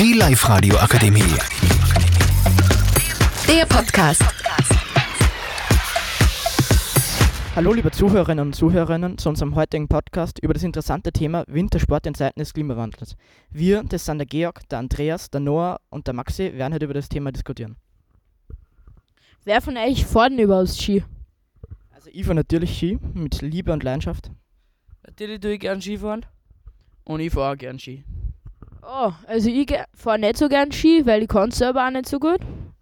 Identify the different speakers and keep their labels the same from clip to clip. Speaker 1: Die Live-Radio Akademie.
Speaker 2: Der Podcast.
Speaker 3: Hallo liebe Zuhörerinnen und Zuhörerinnen zu unserem heutigen Podcast über das interessante Thema Wintersport in Zeiten des Klimawandels. Wir, das sind der Georg, der Andreas, der Noah und der Maxi, werden heute über das Thema diskutieren.
Speaker 4: Wer von euch fahren überhaupt Ski?
Speaker 3: Also ich fahre natürlich Ski mit Liebe und Leidenschaft.
Speaker 5: Natürlich tue ich gern Skifahren. Und ich fahre auch gern Ski.
Speaker 4: Oh, also ich fahre nicht so gern Ski, weil ich kann selber auch nicht so gut.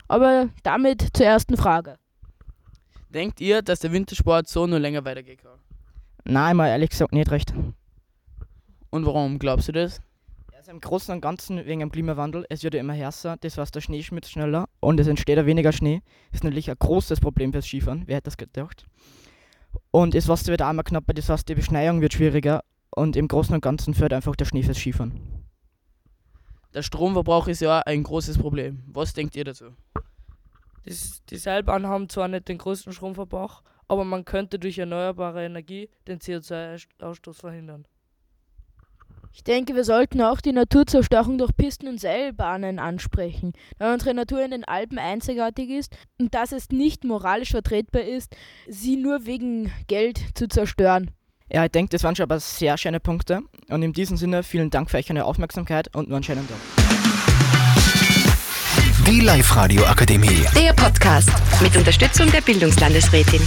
Speaker 4: Aber damit zur ersten Frage.
Speaker 5: Denkt ihr, dass der Wintersport so nur länger weitergehen kann?
Speaker 3: Nein, mal ehrlich gesagt nicht recht.
Speaker 5: Und warum glaubst du das?
Speaker 3: Also im Großen und Ganzen wegen dem Klimawandel, es wird ja immer heißer, das heißt der Schnee schmilzt schneller und es entsteht ja weniger Schnee. Das ist natürlich ein großes Problem fürs Skifahren, wer hätte das gedacht? Und das Wasser wird auch immer knapper, das heißt die Beschneiung wird schwieriger und im Großen und Ganzen fährt einfach der Schnee fürs Skifahren.
Speaker 5: Der Stromverbrauch ist ja ein großes Problem. Was denkt ihr dazu?
Speaker 6: Das, die Seilbahnen haben zwar nicht den größten Stromverbrauch, aber man könnte durch erneuerbare Energie den CO2-Ausstoß verhindern.
Speaker 4: Ich denke, wir sollten auch die Naturzerstörung durch Pisten und Seilbahnen ansprechen, da unsere Natur in den Alpen einzigartig ist und dass es nicht moralisch vertretbar ist, sie nur wegen Geld zu zerstören.
Speaker 3: Ja, ich denke, das waren schon aber sehr schöne Punkte und in diesem Sinne vielen Dank für eure Aufmerksamkeit und noch einen schönen Tag.
Speaker 1: Die Live-Radio Akademie.
Speaker 2: Der Podcast mit Unterstützung der Bildungslandesrätin.